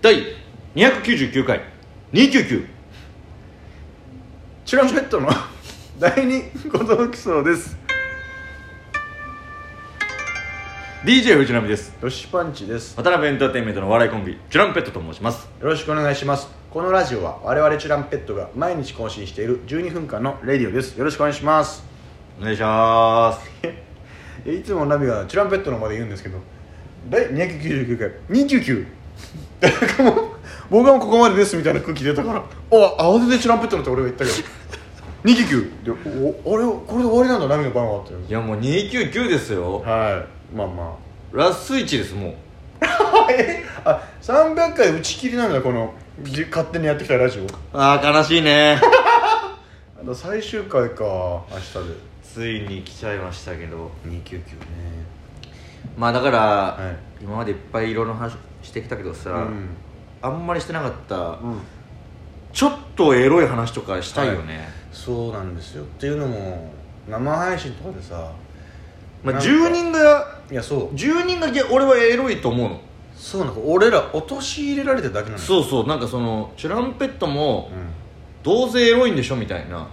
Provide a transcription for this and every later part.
第299回299チュランペットの 第二こときそうです DJ 藤波ですロシパンチですよ渡辺エンターテインメントのお笑いコンビチュランペットと申しますろしくお願いしますこのラジオは我々チュランペットが毎日更新している12分間のレディオですよろしくお願いしますお願いしますえいつもナビがチュランペットのまで言うんですけど第299回29誰かも 僕はもうここまでですみたいな空気出たからお慌ててチュランペットのって俺が言ったけど29でおあれこれで終わりなんだナビの番はっていやもう299ですよ、はいまあまラスイチですもうあえあ300回打ち切りなんだこのじ勝手にやってきたラジオあー悲しいねあの最終回か明日 ついに来ちゃいましたけどで299ねまあだから、い今までいっぱいいろんな話してきたけどさ、うんあんまりしてなかったうんちょっとエロい話とかしたいよね、そうなんですよっていうのも生配信とかでさまなんあ、か10人がいやそう10人がいや俺はエロいと思うの、そうなの俺ら陥れられてるだけなのう、そうそうなんかそのチュランペットも、うん、どうせエロいんでしょみたいな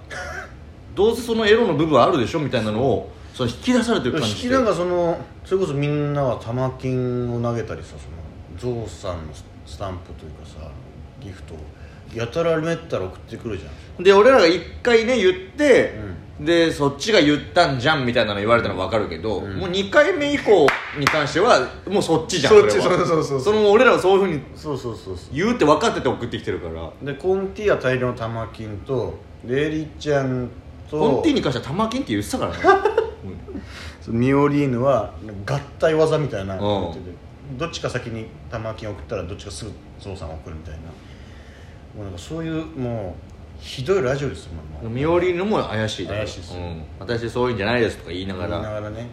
どうせそのエロの部分あるでしょみたいなのをその引き出されてる感じ引きなんかそのそれこそみんなが玉金を投げたりさそのゾウさんのスタンプというかさギフトをやたらめったら送ってくるじゃんで俺らが一回ね言って、でそっちが言ったんじゃんみたいなの言われたの分かるけど、うんもう2回目以降に関してはもうそっちじゃんそっれちはそうそうそうそうその俺らはそういうふうにそうそうそうそ言うって分かってて送ってきてるからうでコンティは大量の玉金とレイリちゃんとコンティに関しては玉金って言ってた からね、うんそうミオリーヌは合体技みたいなうんやっててどっちか先に玉金送ったらどっちかすぐゾウさん送るみたいなもうなんかそういうもうひどいラジオですよもうミオリーヌも怪しいだから怪しいですうよん、私そういうんじゃないですとか言いなが言いらながらね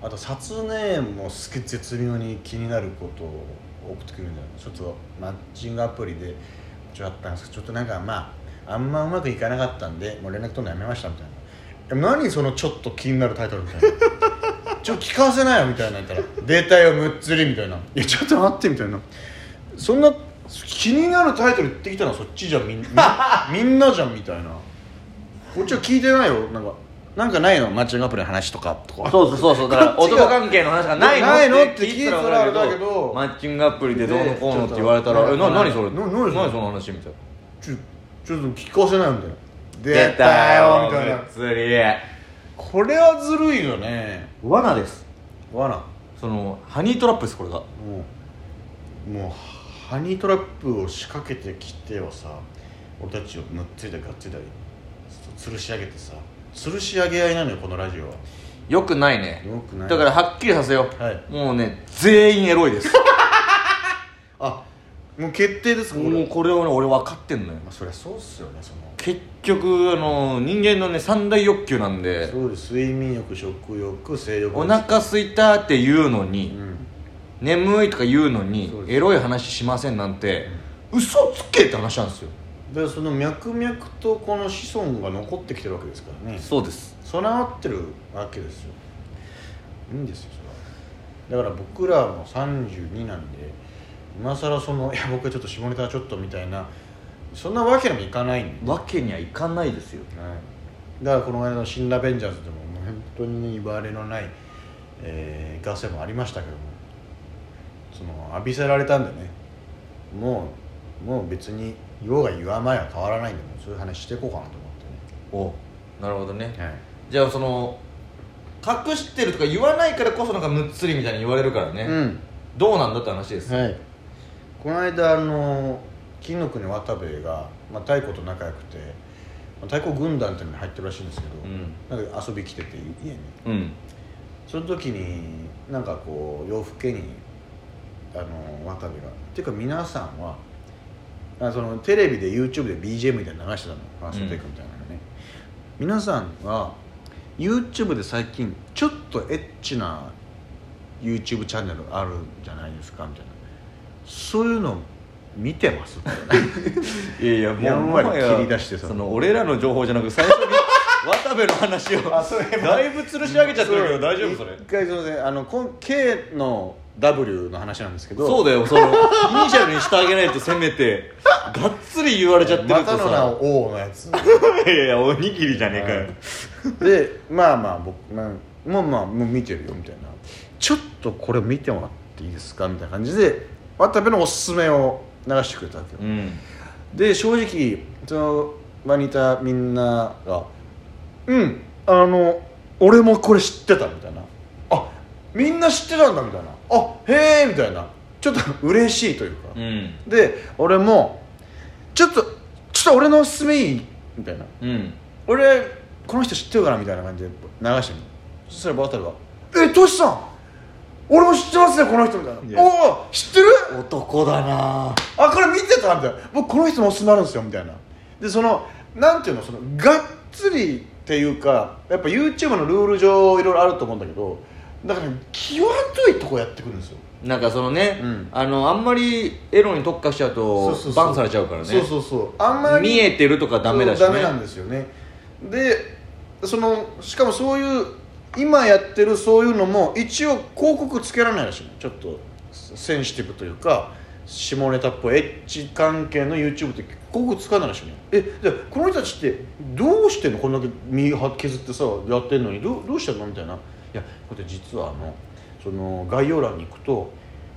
あと札ねもすげえ絶妙に気になることを送ってくるんだよちょっとマッチングアプリでちょっとあったんですけどちょっとなんかまああんまうまくいかなかったんでもう連絡取るのやめましたみたいな「え何そのちょっと気になるタイトル」みたいな「ちょっと聞かせなよ」みたいな言ったら「データよむっつり」みたいな「いやちょっと待って」みたいなそんな気になるタイトル言ってきたのはそっちじゃんみ んみんみんなじゃんみたいなこっちは聞いてないよなんかなんかないのマッチングアプリの話とかとかそうそうそうそうだからこっち男が関係の話がないのないのって聞いてたらあれだけどマッチングアプリでどうのこうのって言われたら「でえな何それな何それ何その話」みたいなちょちょっと聞かせないみたいな「出たよみたいな釣りこれはずるいよね罠ですわなそのハニートラップですこれがもうもうハニートラップを仕掛けてきてはさ俺たちをむっついたりがっついたりつるし上げてさつるし上げ合いなのよこのラジオはよくないねよくないだからはっきりさせよう、はいもうね全員エロいです あもう決定ですかこれもうこれをね俺分かってんのよまあそりゃそうっすよねその結局あの人間のね三大欲求なんでそうです睡眠欲食欲性欲お腹すいたって言うのうに、ん眠いとか言うのそうにですエロい話しませんなんて、嘘つけって話なんですよでその脈々とこの子孫が残ってきてるわけですからねそうです備わってるわけですよいいんですよそれはだから僕らも32なんで今更その「いや 僕はちょっと下ネタはちょっと」みたいなそんなわけにもいかないんで、わけにはいかないですよはい、だからこの間の「新ラベンジャーズ」でももう本当に言われのない、えーガセもありましたけどもその浴びせられたんでねもうもう別に言おうが言わまいは変わらないんでもうそういう話していこうかなと思おなるほどねってね、はいじゃあその隠してるとか言わないからこそなんかむっつりみたいに言われるからね、うんどうなんだって話です、はい、この間あの金の国渡部が、まあ、太鼓と仲良くて、まあ、太鼓軍団っていうのに入ってるらしいんですけど、なんか遊び来てて家にうんうんその時になんかこう夜更けにあの渡部がっていうか皆さんはあそのテレビで YouTube で BGM みたいなの流してたのファーストテイクみたいなのね、皆さんは YouTube で最近ちょっとエッチな YouTube チャンネルあるんじゃないですかみたいなそういうの見てますっていやいややんわりもはや切り出してさその俺らの情報じゃなく最初に渡部の話を あそれだいぶ吊るし上げちゃってるけど大丈夫それ一回すいませんあのこん K の W の話なんですけどそうだよそのイニシャルにしてあげないとせめてがっつり言われちゃってるとまたの名さ、を王のやつ いやいやおにぎりじゃねえかよ、でまあまあ僕、まあ、もうまあもう見てるよみたいなちょっとこれ見てもらっていいですかみたいな感じで渡部のおすすめを流してくれたわけよ、うんで正直その場にいたみんなが「うんあの俺もこれ知ってた」みたいな「あみんな知ってたんだ」みたいな「あへえ」みたいなちょっと 嬉しいというか、うんで俺も「ちょっとちょっと俺のおすすめいい?」みたいなうん「俺この人知ってるかな?」みたいな感じで流してみるそしたらバタルが「えトシさん俺も知ってますねこの人」みたいいな「やおお知ってる?」男だなあこれ見てたみたいな僕この人もおすすめあるんですよみたいなでそのなんていうのそのがっつりっていうかやっぱ YouTube のルール上いろいろあると思うんだけどだから際どいとこやってくるんですよなんかそのね、うんあのあんまりエロに特化しちゃうとそうそうそうバンされちゃうからねそうそうそうあんまり見えてるとかダメだしねそうダメなんですよねでそのしかもそういう今やってるそういうのも一応広告つけられないらしいのちょっとセンシティブというか下ネタっぽいエッチ関係の YouTube って広告つかないらしいのえじゃあこの人たちってどうしてんのこんだけ身は削ってさやってんのにどうどうしてんのみたいないやこれ実はあのその概要欄に行くと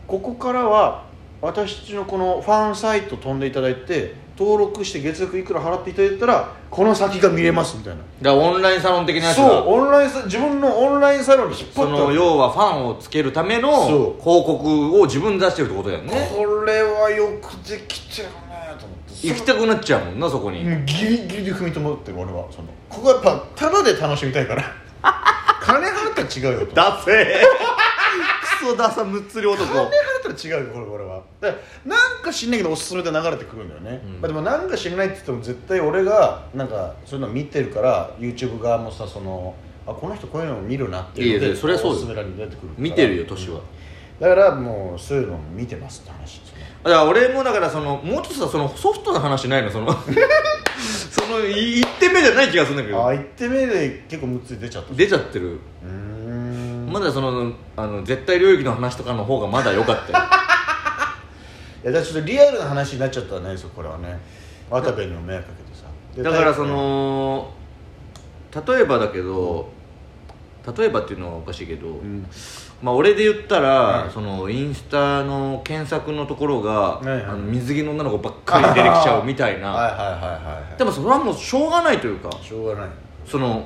ここからは私たちのこのファンサイト飛んでいただいて登録して月額いくら払っていただいたらこの先が見れますみたいな、だからオンラインサロン的なやつそうがオンラインサ自分のオンラインサロンに引っ張そったの要はファンをつけるためのそう広告を自分で出してるってことだよねこれはよくできてるねと思って行きたくなっちゃうもんなそこに、もうギリギリで踏みとどってる俺はそのここはやっぱタダで楽しみた いから金払ったら違うよとダセえ クソダサむっつり男金払ったら違うよこれ俺はだからなんか知んないけどおすすめで流れてくるんだよね、うんまあ、でもなんか知らないって言っても絶対俺がなんかそういうの見てるから YouTube 側もさそのあこの人こういうのを見るなっていうのいやいやそれはそうおですすすめられて出てくるから見てるよ年は、だからもうそういうのを見てますって話ですねだから俺もだからそのもうちょっとさそのソフトな話ないのその その1点目じゃない気がするんだけあど1手目で結構6つ出ちゃった出ちゃってるうーんまだそのあの絶対領域の話とかの方がまだ良かったよいやだからちょっとリアルな話になっちゃったらないですよこれはね渡部にも迷惑かけてさ でだからその例えばだけど例えばっていうのはおかしいけど、うんまあ、俺で言ったら、はいそのインスタの検索のところが、いはいあの水着の女の子ばっかり出てきちゃうみたい はいなはいはいはいはいでもそれはもうしょうがないというかしょうがないその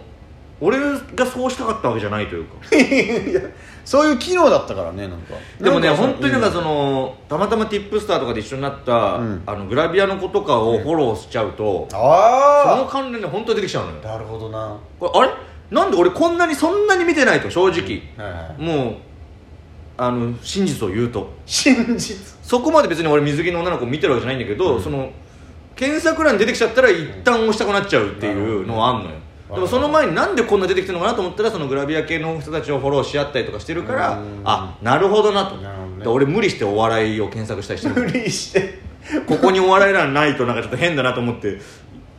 俺がそうしたかったわけじゃないというかいやそういう機能だったからねなんかでもねなんか本当になんかそのたまたまティップスターとかで一緒になった、うんあのグラビアの子とかをフォローしちゃうと、そのあ関連で本当に出てきちゃうのよあなるほどなはこれあれなんで俺こんなにそんなに見てないと正直いはいもうあの真実を言うと真実そこまで別に俺水着の女の子見てるわけじゃないんだけど、うんその検索欄に出てきちゃったら一旦押したくなっちゃうっていうのはあんのよ、うんでもその前になんでこんな出てきてるのかなと思ったらそのグラビア系の人たちをフォローし合ったりとかしてるから、うんあなるほどなとなるほどねで俺無理してお笑いを検索したりして無る理してここにお笑い欄ないとなんかちょっと変だなと思って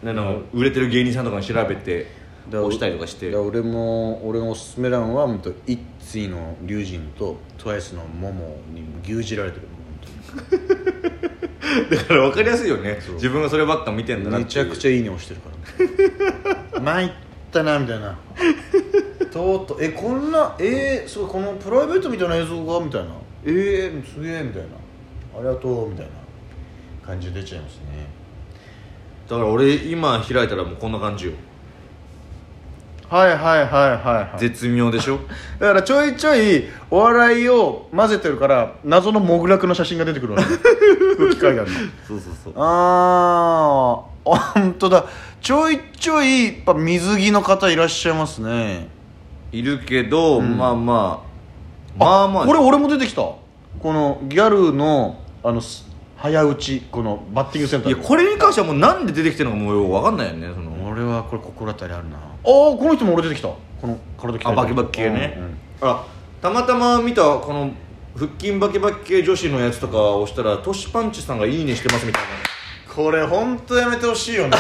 あの売れてる芸人さんとかに調べて押したりとかして俺も俺のおすすめ欄は本当イッツィの龍神と TWICE のモモに牛耳られてる だから分かりやすいよねそう自分がそればっか見てんだなめってちいゃうくちゃいいね押してる から参ったなみたいなとうとうえこんなえー、すごいこのプライベートみたいな映像がみたいなえー、すげえみたいなありがとうみたいな感じで出ちゃいますねだから俺今開いたらもうこんな感じよはいはいはいはい、はい、絶妙でしょだからちょいちょいお笑いを混ぜてるから謎のモグラクの写真が出てくる わけ機械があるのそうそうそうあーあ本当だちょいちょいやっぱ水着の方いらっしゃいますねいるけど、んまあまあまあまあこれ俺も出てきたこのギャルのあのす早打ちこのバッティングセンタいーやでこれに関してはもうなんで出てきてるのかもうよく分かんないよねその俺はこれ心当たりあるなああこの人も俺出てきたこの体鍛えてあるバキバキ系ね、うんうんあたまたま見たこの腹筋バキバキ系女子のやつとか押したらトシパンチさんが「いいね」してますみたいこれ本当やめてほしい よね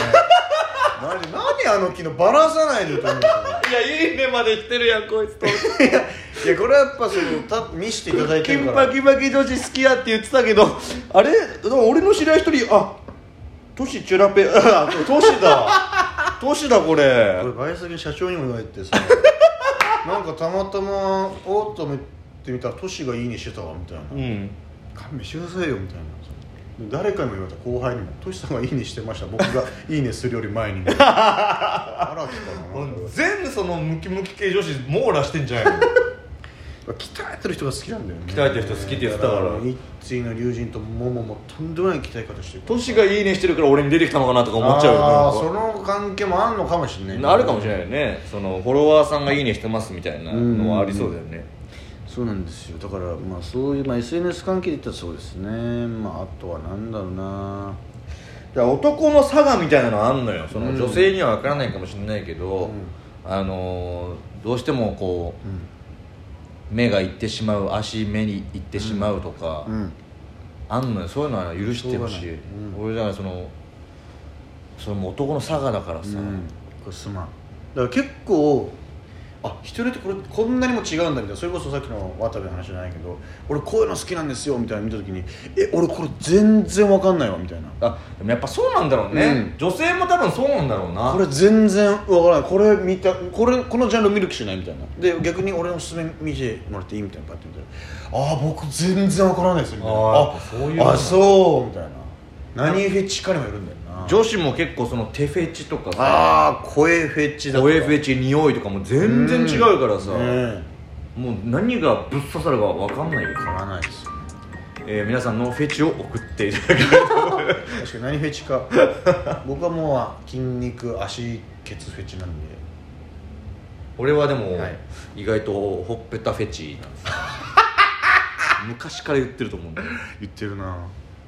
マジ何あの機能バラさないでと思うな「いやいいね」までしてるやんこいつといやいやこれはやっぱそのた見せていただいて金るからキバキ女子好きだって言ってたけどあれでも俺の知り合い一人あトシチュラペあトシだ トシだこれこれバイアスに社長にも言われて さなんかたまたまおーっと見てみたらトシがいいねしてたわみたいな、うん勘弁してくださいよみたいな誰かにも言われた後輩にも「トシさんがいいねしてました僕がいいねするより前に」 あら来たな全部そのムキムキ系女子網羅してんじゃん 鍛えてる人が好きなんだよね鍛えてる人好きって言ってたから一対の龍神とモモもとんでもない鍛え方してるトシがいいねしてるから俺に出てきたのかなとか思っちゃうあーよその関係もあんのかもしれないなんかあるかもしれいないよねそのフォロワーさんがいいねしてますみたいなのはありそうだよねそうなんですよだからまあそういう、まあ、SNS 関係で言ったらそうですねまああとはなんだろうなだから男の差がみたいなのあんのよその女性には分からないかもしれないけど、あのーどうしてもこう目がいってしまう足目にいってしまうとか、うん、うんあんのよそういうのは許してほししょい、うがないうん俺だからそのそれも男の差がだからさ、うん、これすまんだから結構あ一人ってこれこんなにも違うんだみたいなそれこそさっきの渡部の話じゃないけど俺こういうの好きなんですよみたいなの見た時にえ俺これ全然わかんないわみたいなあでもやっぱそうなんだろうね、女性も多分そうなんだろうなこれ全然わからないこれ見たこれこのジャンル見る気しないみたいなで逆に俺のおすすめ見てもらっていいみたいなパッて見たらああ僕全然わからないですよみたいなあーやっぱそういうのああそうみたいな何フェチかにもよるんだよな女子も結構その手フェチとかさああ声フェチだ声フェチ匂いとかも全然違うからさ、ねもう何がぶっ刺さるか分かんないよえわからないですよねえー皆さんのフェチを送っていただけれ ば確かに何フェチ か僕はもう筋肉足ケツフェチなんで俺はでも、はい意外と ほっぺたフェチなんですよ昔から言ってると思うんだよ言ってるな